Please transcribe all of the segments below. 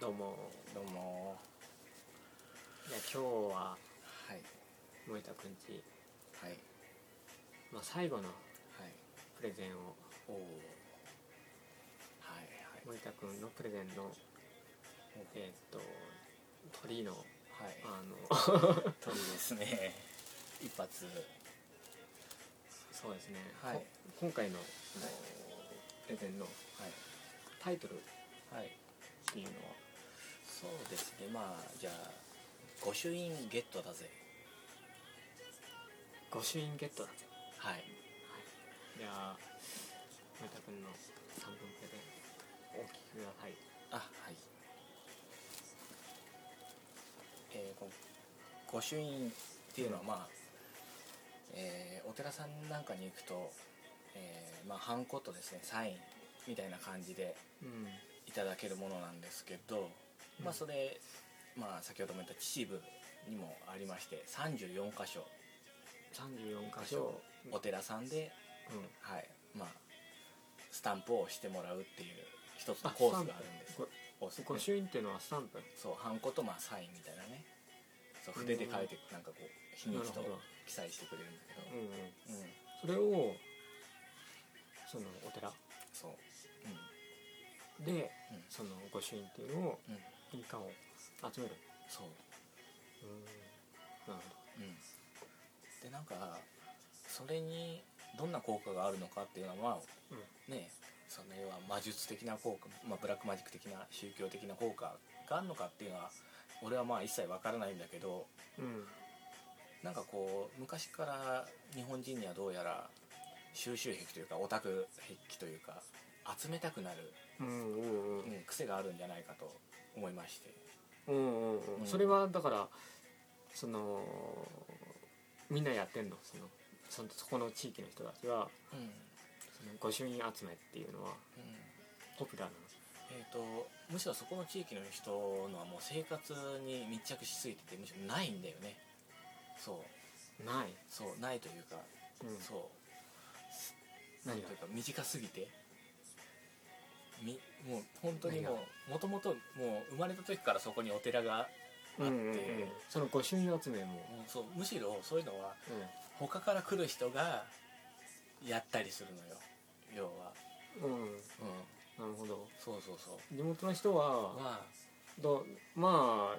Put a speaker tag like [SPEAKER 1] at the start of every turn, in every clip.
[SPEAKER 1] どうも
[SPEAKER 2] どうも
[SPEAKER 1] いや今日は
[SPEAKER 2] はい
[SPEAKER 1] 森田くんち、
[SPEAKER 2] はいはい
[SPEAKER 1] まあ、最後のプレゼンを
[SPEAKER 2] おおはいはい
[SPEAKER 1] 森田くんのプレゼンのえーっと鳥の
[SPEAKER 2] はい
[SPEAKER 1] あの
[SPEAKER 2] 鳥ですね 一発
[SPEAKER 1] そうですね、
[SPEAKER 2] はい
[SPEAKER 1] こ今回のそのプレゼンの
[SPEAKER 2] はい
[SPEAKER 1] タイトルっ
[SPEAKER 2] はい
[SPEAKER 1] ていうのは
[SPEAKER 2] そうですねまあじゃあ御朱印ゲットだぜ
[SPEAKER 1] 「御朱印ゲットだぜ
[SPEAKER 2] はい」
[SPEAKER 1] じゃあ森田くんの3分プレゼンお聞きください
[SPEAKER 2] あはいえー、この御朱印っていうのはまあ、えーお寺さんなんかに行くと、えーまあ、ハンコとですねサインみたいな感じで
[SPEAKER 1] うん
[SPEAKER 2] いただけるものなんですけど、ま
[SPEAKER 1] う
[SPEAKER 2] あ
[SPEAKER 1] ん
[SPEAKER 2] それ、まあ、先ほども言った秩父にもありまして34箇所
[SPEAKER 1] 34箇所
[SPEAKER 2] お寺さんで、
[SPEAKER 1] うん
[SPEAKER 2] はいまあ、スタンプを押してもらうっていう一つのコースがあるんです
[SPEAKER 1] ご
[SPEAKER 2] コース
[SPEAKER 1] 御朱印っていうのはスタンプ
[SPEAKER 2] そうハンコとまあサインみたいなねそう筆で書いてなんかこう日にちと
[SPEAKER 1] なるほど
[SPEAKER 2] 記載してくれるんだけ
[SPEAKER 1] う
[SPEAKER 2] ど
[SPEAKER 1] んうん
[SPEAKER 2] うん、
[SPEAKER 1] それをそのお寺
[SPEAKER 2] そうう
[SPEAKER 1] で
[SPEAKER 2] んうん
[SPEAKER 1] その御朱印っていうのを
[SPEAKER 2] うん
[SPEAKER 1] 印鑑を集める
[SPEAKER 2] そう
[SPEAKER 1] うんなるほ
[SPEAKER 2] うんでなんかそれにどんな効果があるのかっていうのは
[SPEAKER 1] ど、うん、
[SPEAKER 2] ねその要は魔術的な効果、まあ、ブラックマジック的な宗教的な効果があるのかっていうのは俺はまあ一切わからないんだけど
[SPEAKER 1] うん、
[SPEAKER 2] なんかこう昔から日本人にはどうやら収集癖というかオタク癖というか集めたくなる、
[SPEAKER 1] うんうん
[SPEAKER 2] うん、癖があるんじゃないかと思いまして
[SPEAKER 1] うんうん
[SPEAKER 2] うん
[SPEAKER 1] それはだからそのみんなやってんのそのそのそこの地域の人たちは
[SPEAKER 2] うん、うん
[SPEAKER 1] その御朱印集めっていうのはポピュラーな
[SPEAKER 2] えー、とむしろそこの地域の人のはもう生活に密着しすぎててむしろないんだよねそう
[SPEAKER 1] のない、
[SPEAKER 2] そうないというか、
[SPEAKER 1] うん、
[SPEAKER 2] そう
[SPEAKER 1] 何が
[SPEAKER 2] というか短すぎてみもう本当にもうもともともう生まれた時からそこにお寺があって、
[SPEAKER 1] うんうんうんその御朱印集めも、
[SPEAKER 2] もうそうむしろそういうのは
[SPEAKER 1] う
[SPEAKER 2] 他から来る人がやったりするのよ要
[SPEAKER 1] ん
[SPEAKER 2] は、
[SPEAKER 1] うん、
[SPEAKER 2] うん、
[SPEAKER 1] なるほど
[SPEAKER 2] そうそうそう
[SPEAKER 1] 地元の人は
[SPEAKER 2] まあ
[SPEAKER 1] どうまあ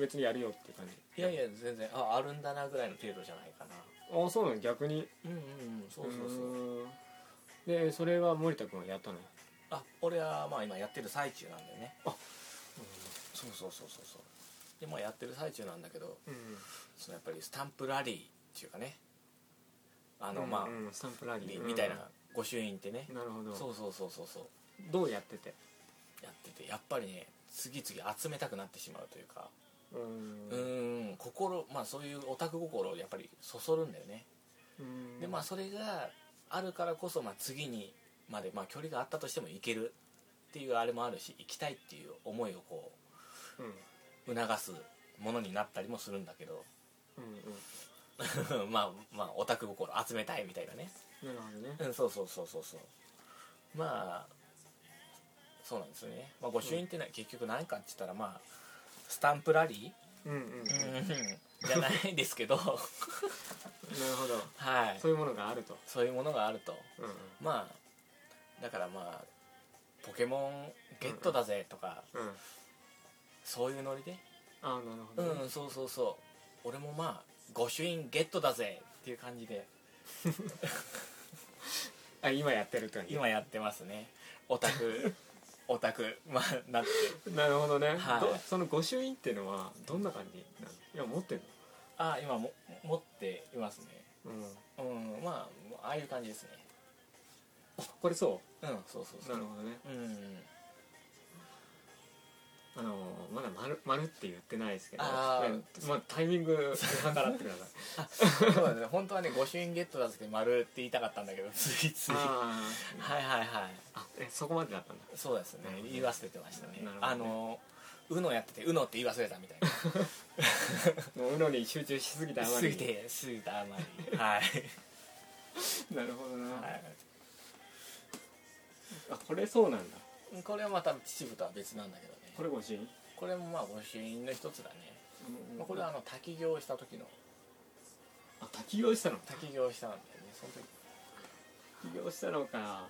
[SPEAKER 1] 別にやるよって感じ
[SPEAKER 2] いやいや全然ああるんだなぐらいの程度じゃないかな
[SPEAKER 1] あそうなの逆に
[SPEAKER 2] うんうんうんそうそうそう
[SPEAKER 1] うーんでそれは森田君はやったの
[SPEAKER 2] あ俺はまあ今やってる最中なんだよね
[SPEAKER 1] あ
[SPEAKER 2] そうそうそうそうそうでまあやってる最中なんだけど
[SPEAKER 1] うん
[SPEAKER 2] そのやっぱりスタンプラリーっていうかねあ
[SPEAKER 1] あ
[SPEAKER 2] のまあ、
[SPEAKER 1] スタンプラリ
[SPEAKER 2] み
[SPEAKER 1] ー
[SPEAKER 2] みたいな御朱印ってね
[SPEAKER 1] う、んなるほど
[SPEAKER 2] そうそうそうそうそう
[SPEAKER 1] どうやってて
[SPEAKER 2] やっててやっぱりね次々集めたくなってしまうというか
[SPEAKER 1] う
[SPEAKER 2] うんーん心まあそういうオタク心をやっぱりそそるんだよね、
[SPEAKER 1] うん
[SPEAKER 2] でまあそれがあるからこそ、まあ、次にまで、まあ、距離があったとしても行けるっていうあれもあるし行きたいっていう思いをこ
[SPEAKER 1] うん
[SPEAKER 2] う促すものになったりもするんだけど
[SPEAKER 1] うん
[SPEAKER 2] まあまあオタク心集めたいみたいなね
[SPEAKER 1] うんなるほどね
[SPEAKER 2] うんそうそうそうそうそうまあそうなんですよね、まあ、御朱印ってな、結局何かって言ったらまあスタンプラリ
[SPEAKER 1] うんうんうん
[SPEAKER 2] ー、
[SPEAKER 1] なる
[SPEAKER 2] じゃないですけど
[SPEAKER 1] ほど
[SPEAKER 2] はい
[SPEAKER 1] そういうものがあると
[SPEAKER 2] そういうものがあると
[SPEAKER 1] うんうん
[SPEAKER 2] まあだからまあポケモンゲットだぜとか、
[SPEAKER 1] うん
[SPEAKER 2] そういうノリで
[SPEAKER 1] あなるほ
[SPEAKER 2] う
[SPEAKER 1] どね
[SPEAKER 2] んそうそうそう俺もまあ御朱印ゲットだぜっていう感じで
[SPEAKER 1] あ今やってる感じ
[SPEAKER 2] 今やってますねオタクオタクまあなって
[SPEAKER 1] なるほどね
[SPEAKER 2] はい
[SPEAKER 1] どその御朱印っていうのはどんな感じなの今持ってる
[SPEAKER 2] あ今も持っていますね
[SPEAKER 1] のうん
[SPEAKER 2] うんまあああいう感じですね
[SPEAKER 1] これそ
[SPEAKER 2] うんそうそう
[SPEAKER 1] う
[SPEAKER 2] そう
[SPEAKER 1] なるほどね
[SPEAKER 2] うん
[SPEAKER 1] あのまだ丸「丸って言ってないですけど
[SPEAKER 2] あー
[SPEAKER 1] ねまあ、タイミング計らってください
[SPEAKER 2] そうだね本当はね御朱印ゲットだって丸って言いたかったんだけどついついは
[SPEAKER 1] あ
[SPEAKER 2] いはいはい
[SPEAKER 1] ー あえそこまでだったんだ
[SPEAKER 2] そうですね
[SPEAKER 1] なるほど
[SPEAKER 2] 言い忘れてましたね
[SPEAKER 1] なるほどね
[SPEAKER 2] あの「うの」やってて「うの」って言い忘れたみたいな
[SPEAKER 1] もううのに集中しすぎたあま
[SPEAKER 2] 過
[SPEAKER 1] り
[SPEAKER 2] ぎて過ぎたあま りはい、
[SPEAKER 1] なるほどな、
[SPEAKER 2] はい、
[SPEAKER 1] あこれそうなんだ
[SPEAKER 2] これはまた秩父とは別なんだけどね
[SPEAKER 1] これ御朱印
[SPEAKER 2] これもまあ御朱印の一つだね、まあ、これはあの滝行をした時の
[SPEAKER 1] あ滝行したの
[SPEAKER 2] 滝行をしたんだよねその時
[SPEAKER 1] 滝行したのか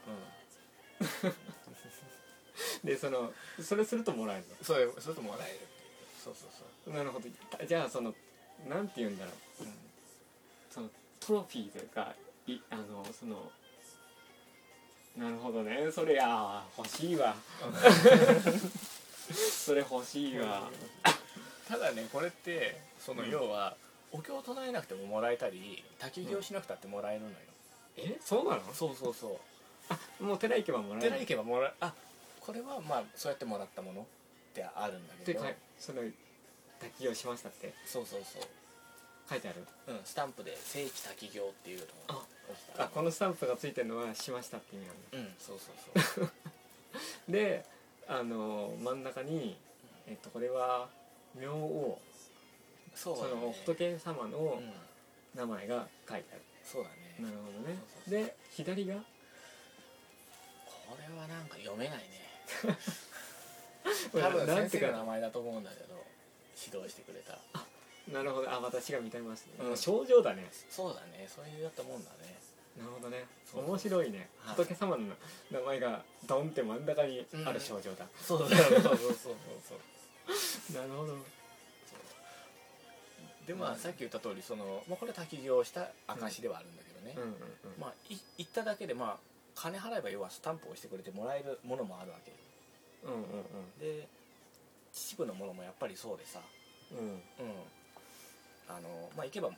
[SPEAKER 2] う
[SPEAKER 1] でそのそれするともらえる
[SPEAKER 2] んそれそれともらえるそうそうそ
[SPEAKER 1] のなるほどじゃあそのなんて言うんだろう
[SPEAKER 2] う、うん、
[SPEAKER 1] そのトロフィーというかいあのそのなるほどねそれあー欲しい わそれ欲しいわ
[SPEAKER 2] ただねこれってその
[SPEAKER 1] うん
[SPEAKER 2] 要は、お経を唱えなくてももらえたり滝行しなくたってもらえるのよ、
[SPEAKER 1] えそうな
[SPEAKER 2] そうそうそ
[SPEAKER 1] のもう寺行けばも
[SPEAKER 2] う
[SPEAKER 1] らえる
[SPEAKER 2] 寺行けばもらえあこれはまあそうやってもらったものってあるんだけ
[SPEAKER 1] で
[SPEAKER 2] ど
[SPEAKER 1] かいその滝行しましたって
[SPEAKER 2] そうそうそ
[SPEAKER 1] 書いてある
[SPEAKER 2] う、うん、スタンプで「聖地滝行」っていうのが
[SPEAKER 1] あ
[SPEAKER 2] 押したら
[SPEAKER 1] あこのスタンプがついてるのはしましたって意味なんだ
[SPEAKER 2] うんそ うそうそう
[SPEAKER 1] であの真ん中に、えっと、これは明王
[SPEAKER 2] そ
[SPEAKER 1] そ,、
[SPEAKER 2] うだ
[SPEAKER 1] の
[SPEAKER 2] ね
[SPEAKER 1] 仏様
[SPEAKER 2] う
[SPEAKER 1] の
[SPEAKER 2] ん
[SPEAKER 1] 名前が書いてある、
[SPEAKER 2] そうだ
[SPEAKER 1] な
[SPEAKER 2] ね
[SPEAKER 1] るほどね
[SPEAKER 2] そうそう
[SPEAKER 1] で左が
[SPEAKER 2] これはなんか読めないね
[SPEAKER 1] これ
[SPEAKER 2] 多分
[SPEAKER 1] なん
[SPEAKER 2] 先
[SPEAKER 1] て
[SPEAKER 2] 生
[SPEAKER 1] か
[SPEAKER 2] の名前だと思うんだけど指導してくれた
[SPEAKER 1] なるほどあ私が見たいますね、
[SPEAKER 2] うん
[SPEAKER 1] 症状だね
[SPEAKER 2] そうだねそういうだったもんだね
[SPEAKER 1] なるほどね
[SPEAKER 2] そう
[SPEAKER 1] 面白いね
[SPEAKER 2] はい
[SPEAKER 1] 仏様の名前がドンって真ん中にある症状だ、
[SPEAKER 2] そうだねそうそうそうそうそう
[SPEAKER 1] なるほど
[SPEAKER 2] でまあ、
[SPEAKER 1] うん
[SPEAKER 2] さっき言った通りその、まあ、これ滝行した証ではあるんだけどね
[SPEAKER 1] う、んうん
[SPEAKER 2] まあい行っただけでまあ金払えば要はスタンプをしてくれてもらえるものもあるわけ
[SPEAKER 1] うんうん
[SPEAKER 2] で秩父のものもやっぱりそうでさ
[SPEAKER 1] うんうん
[SPEAKER 2] うんあのまあ行けばは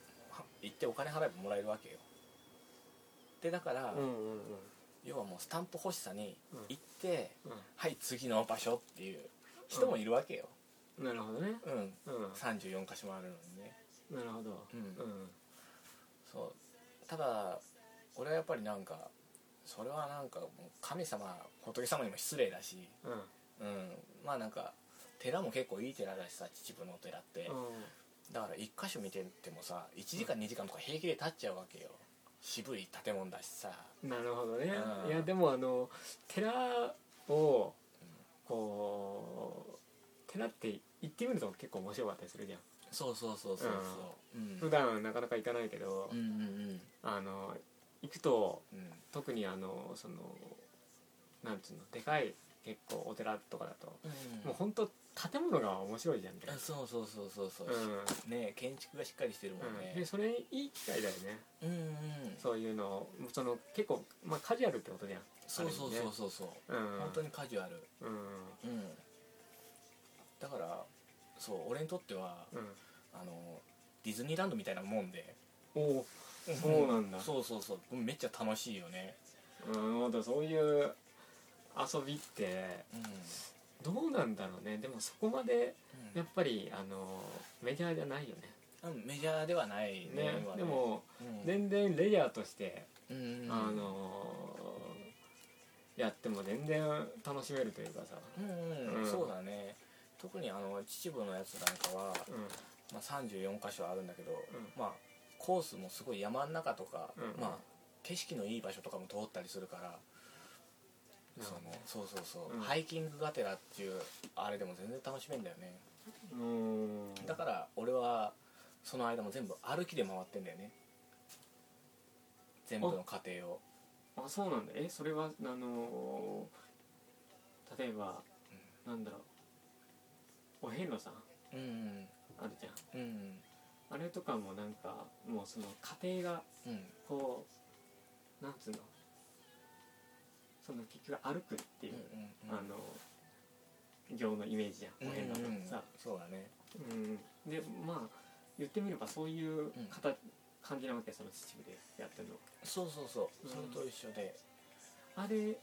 [SPEAKER 2] 行ってお金払えばもらえるわけよでだから、
[SPEAKER 1] うんうんうん
[SPEAKER 2] 要はもうスタンプ欲しさに
[SPEAKER 1] うん
[SPEAKER 2] 行って、
[SPEAKER 1] う
[SPEAKER 2] はい次の場所っていう人もいるわけよ、
[SPEAKER 1] んなるほどね
[SPEAKER 2] うん
[SPEAKER 1] うん
[SPEAKER 2] 34箇所もあるのにね
[SPEAKER 1] なるほど
[SPEAKER 2] うん
[SPEAKER 1] うん
[SPEAKER 2] そうただ俺はやっぱりなんかそれはなんかもう神様仏様にも失礼だし、
[SPEAKER 1] うんうん
[SPEAKER 2] うん、まあなんか寺も結構いい寺だしさ秩父のお寺って、だから一箇所見ててもさ1時間2時間とか平気で経っちゃうわけよ渋い建物だしさ
[SPEAKER 1] なるほどね
[SPEAKER 2] うん
[SPEAKER 1] いやでもあの寺をこう寺って行ってみると結構面白かったりするじゃん
[SPEAKER 2] そうそうそう
[SPEAKER 1] そう
[SPEAKER 2] ううん
[SPEAKER 1] 普段なかなか行かないけど
[SPEAKER 2] うんうん
[SPEAKER 1] あの行くと
[SPEAKER 2] うんうん
[SPEAKER 1] 特にあのそのなんつうのでかい結構お寺とかだと、もう本当建物が面白いじゃんね、
[SPEAKER 2] あそうそうそうそうそう、
[SPEAKER 1] う
[SPEAKER 2] ね建築がしっかりしてるもん
[SPEAKER 1] ん、で
[SPEAKER 2] ね
[SPEAKER 1] それいい機会だよね
[SPEAKER 2] うんうん
[SPEAKER 1] そういうのその結構、まあ、カジュアルってことじゃん
[SPEAKER 2] そうそうそうそうそ
[SPEAKER 1] あ
[SPEAKER 2] う、
[SPEAKER 1] る意味ねうん
[SPEAKER 2] 本当にカジュアル
[SPEAKER 1] うん
[SPEAKER 2] うん、だからそう俺にとっては
[SPEAKER 1] うん
[SPEAKER 2] あのディズニーランドみたいなもんで
[SPEAKER 1] おおそうなんだ
[SPEAKER 2] そうそうそうめっちゃ楽しいよね
[SPEAKER 1] うんまだそういう遊びって
[SPEAKER 2] うん、
[SPEAKER 1] どうなんだろうねでもそこまでやっぱりあのメジャーじゃないよ
[SPEAKER 2] うんメジャーではない
[SPEAKER 1] ねね
[SPEAKER 2] 今
[SPEAKER 1] でも
[SPEAKER 2] うん
[SPEAKER 1] 全然レジャーとして
[SPEAKER 2] うんうんうん
[SPEAKER 1] あのーやっても全然楽しめるというかさ、
[SPEAKER 2] うんうん
[SPEAKER 1] うん
[SPEAKER 2] そうだね特にあの秩父のやつなんかは、
[SPEAKER 1] う
[SPEAKER 2] まあ、34箇所あるんだけど、
[SPEAKER 1] ん
[SPEAKER 2] まあコースもすごい山の中とか、
[SPEAKER 1] うんうん
[SPEAKER 2] まあ景色のいい場所とかも通ったりするから、
[SPEAKER 1] なる
[SPEAKER 2] そ
[SPEAKER 1] ほ
[SPEAKER 2] のそうそうそう、
[SPEAKER 1] うん
[SPEAKER 2] ハイキングがてらっていうあれでも全然楽しめんだよね
[SPEAKER 1] どねうーん
[SPEAKER 2] だから俺はその間も全部歩きで回ってんだよね全部の過程を
[SPEAKER 1] あそうなんだえそれはあのー例えば、なんだろうお遍路さん
[SPEAKER 2] うん
[SPEAKER 1] あるじゃん
[SPEAKER 2] うんうん
[SPEAKER 1] あれとかもなんかもうその家庭が
[SPEAKER 2] うん
[SPEAKER 1] こうなんつうのその結局歩くっていう、あの行のイメージじゃんお遍路とかさ、
[SPEAKER 2] そうだね
[SPEAKER 1] うん、でまあ言ってみればそういう形、感じなわけその秩父でやってるの
[SPEAKER 2] そうそうそううんそれと一緒で、
[SPEAKER 1] あれ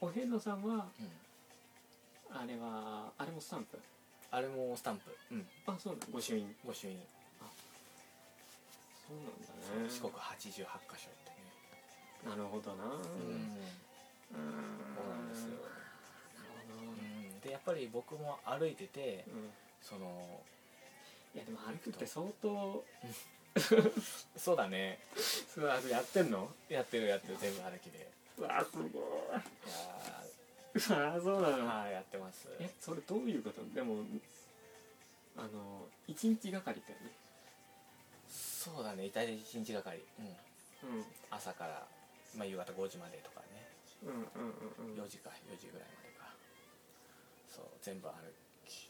[SPEAKER 1] お遍路さんは
[SPEAKER 2] うん
[SPEAKER 1] あれはあれもスタンプ
[SPEAKER 2] あれもスタンプ、うん、
[SPEAKER 1] あそうなんだ御朱印
[SPEAKER 2] 御朱印、
[SPEAKER 1] そうなんだね
[SPEAKER 2] 四国88箇所ってね
[SPEAKER 1] なるほどな
[SPEAKER 2] うん
[SPEAKER 1] うーん
[SPEAKER 2] そうなんですよ
[SPEAKER 1] なるほど
[SPEAKER 2] うんでやっぱり僕も歩いてて
[SPEAKER 1] うん
[SPEAKER 2] その
[SPEAKER 1] いやでも歩くって相当
[SPEAKER 2] そうだね
[SPEAKER 1] それあれやってんの
[SPEAKER 2] やってるやってる全部歩きで
[SPEAKER 1] うわーすごい
[SPEAKER 2] いや
[SPEAKER 1] ああそうなの
[SPEAKER 2] はい、やってます。
[SPEAKER 1] えそれどういうことでもあの一日がかりだよね
[SPEAKER 2] そうだね、大体一日がかり。うん。
[SPEAKER 1] うん
[SPEAKER 2] 朝から、まあ、夕方5時までとかね。
[SPEAKER 1] うんうんうんうん
[SPEAKER 2] 4時か4時ぐらいまでかそう全部歩き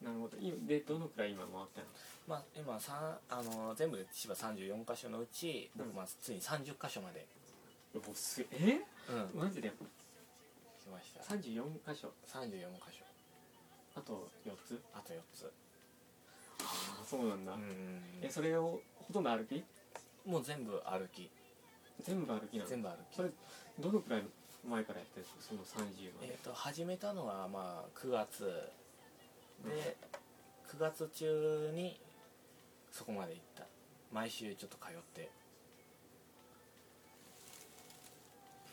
[SPEAKER 1] なるほどいでどのくらい今回ったの
[SPEAKER 2] まあ今さんあの全部で千葉34箇所のうち
[SPEAKER 1] うん
[SPEAKER 2] 僕まあついに30箇所まで、
[SPEAKER 1] うおすげえ
[SPEAKER 2] うん、
[SPEAKER 1] マジで
[SPEAKER 2] 来ました
[SPEAKER 1] 34箇所
[SPEAKER 2] 34箇所
[SPEAKER 1] あと4つ
[SPEAKER 2] あと4つ
[SPEAKER 1] ああそうなんだ、
[SPEAKER 2] ん
[SPEAKER 1] えそれをほとんど歩き
[SPEAKER 2] もう全部歩き
[SPEAKER 1] 全部歩きなの
[SPEAKER 2] 全部歩き
[SPEAKER 1] それどのくらい前からやってるのその30ま
[SPEAKER 2] え
[SPEAKER 1] で
[SPEAKER 2] っ、と始めたのはまあ9月で9月中にそこまで行った毎週ちょっと通って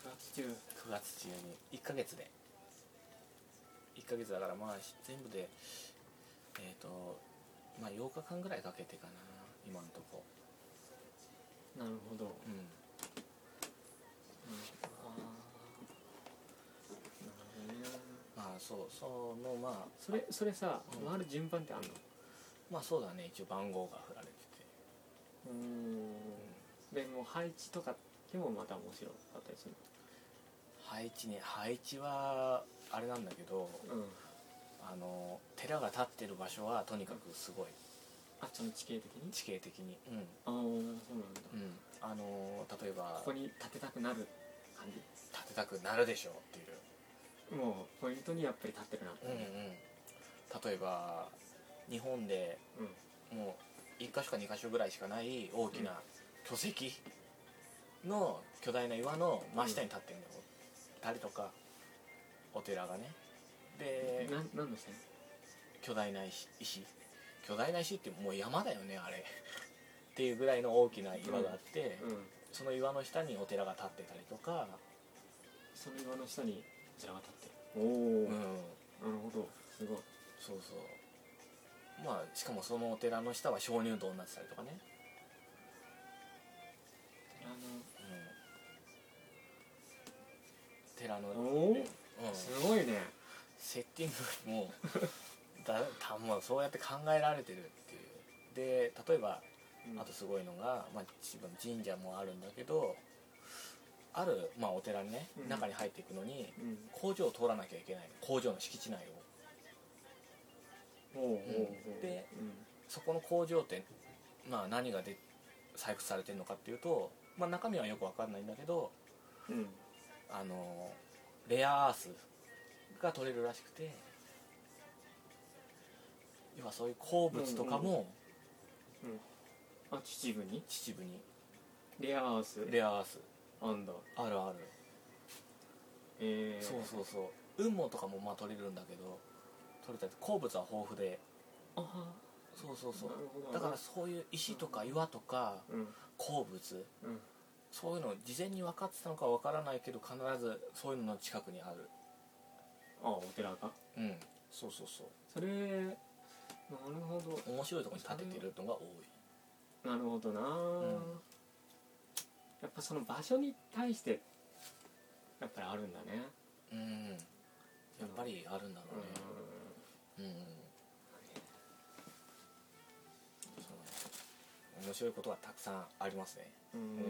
[SPEAKER 1] 9月中
[SPEAKER 2] 9月中に1ヶ月で1ヶ月だからまあし全部でえっ、とまあ8日間ぐらいかけてかな今のとこ
[SPEAKER 1] なるほど、うん、
[SPEAKER 2] うん
[SPEAKER 1] あーなるほどね
[SPEAKER 2] まあそうそのまあ
[SPEAKER 1] それそれさ、
[SPEAKER 2] うん
[SPEAKER 1] 回る順番ってあんの
[SPEAKER 2] まあそうだね一応番号が振られてて
[SPEAKER 1] でもう配置とかでもまた面白かったりする
[SPEAKER 2] 配置ね配置はあれなんだけど
[SPEAKER 1] うん
[SPEAKER 2] あの寺が建ってる場所はとにかくすごい
[SPEAKER 1] あその地形的に
[SPEAKER 2] 地形的にう
[SPEAKER 1] ああそうなんだ、
[SPEAKER 2] んうんあの例えば
[SPEAKER 1] ここに立てたくなる感
[SPEAKER 2] 建てたくなるでしょうってい
[SPEAKER 1] じ
[SPEAKER 2] う
[SPEAKER 1] もうポイントにやっぱり立ってるな
[SPEAKER 2] うんうん、例えば日本で
[SPEAKER 1] うん
[SPEAKER 2] もう1箇所か2箇所ぐらいしかない大きな巨石の巨大な岩の真下に立ってるんだよ、たりとかお寺がねで
[SPEAKER 1] な何の線
[SPEAKER 2] 巨大な石石巨大な石ってもう山だよねあれっていうぐらいの大きな岩があって、
[SPEAKER 1] うん
[SPEAKER 2] その岩の下にお寺が建ってたりとか、
[SPEAKER 1] その岩の下にこちらが立ってるおお、
[SPEAKER 2] うん
[SPEAKER 1] なるほどすごい
[SPEAKER 2] そうそうまあしかもそのお寺の下は鍾乳洞になってたりとかね
[SPEAKER 1] あ
[SPEAKER 2] 寺の、
[SPEAKER 1] のおお
[SPEAKER 2] うん、
[SPEAKER 1] すごいね
[SPEAKER 2] セッティングもだたもうそうやって考えられてるっていうで例えばあとすごいのが、まあ、自分神社もあるんだけどある、まあ、お寺にね
[SPEAKER 1] うん
[SPEAKER 2] 中に入っていくのに
[SPEAKER 1] うん
[SPEAKER 2] 工場を通らなきゃいけない工場の敷地内を
[SPEAKER 1] おおお
[SPEAKER 2] う
[SPEAKER 1] お
[SPEAKER 2] んでそこの工場って、まあ、何がで採掘されてるのかっていうと、まあ、中身はよく分かんないんだけど
[SPEAKER 1] うんうん
[SPEAKER 2] あのレアアースが取れるらしくて要はそういう鉱物とかも
[SPEAKER 1] あ秩父に
[SPEAKER 2] 秩父に
[SPEAKER 1] レアアース
[SPEAKER 2] レアアース
[SPEAKER 1] あんだ
[SPEAKER 2] あるある、
[SPEAKER 1] えー、
[SPEAKER 2] そうそうそう雲母とかもまあ取れるんだけど取れたり鉱物は豊富で
[SPEAKER 1] あは
[SPEAKER 2] そうそうそう
[SPEAKER 1] なるほど
[SPEAKER 2] だからそういう石とか岩とか
[SPEAKER 1] うん
[SPEAKER 2] 鉱物
[SPEAKER 1] うん
[SPEAKER 2] そういうのを事前に分かってたのかは分からないけど必ずそういうのの近くにある
[SPEAKER 1] あお寺が
[SPEAKER 2] うんそうそうそ
[SPEAKER 1] それなるほど
[SPEAKER 2] う面白いところに建ててるのが多い
[SPEAKER 1] なるほどな、
[SPEAKER 2] ん
[SPEAKER 1] やっぱその場所に対してやっぱりあるんだね
[SPEAKER 2] うんやっぱりあるんだろうね、うんそう面白いことはたくさんありますね
[SPEAKER 1] うん
[SPEAKER 2] う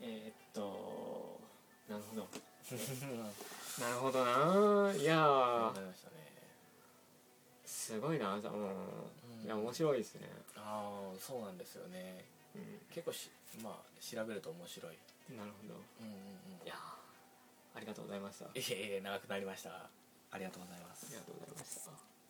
[SPEAKER 1] えーっとなるほど
[SPEAKER 2] わ
[SPEAKER 1] なるほどないやー
[SPEAKER 2] かりましたね
[SPEAKER 1] すごいなじゃあも
[SPEAKER 2] うん
[SPEAKER 1] ういや面白いですね、
[SPEAKER 2] ああそうなんですよね結構しまあ調べると面白い
[SPEAKER 1] なるほど
[SPEAKER 2] うんうんう
[SPEAKER 1] い
[SPEAKER 2] ん
[SPEAKER 1] やーありがとうございましたあ
[SPEAKER 2] いえいえ長くなりましたありがとうございます
[SPEAKER 1] りがとうございました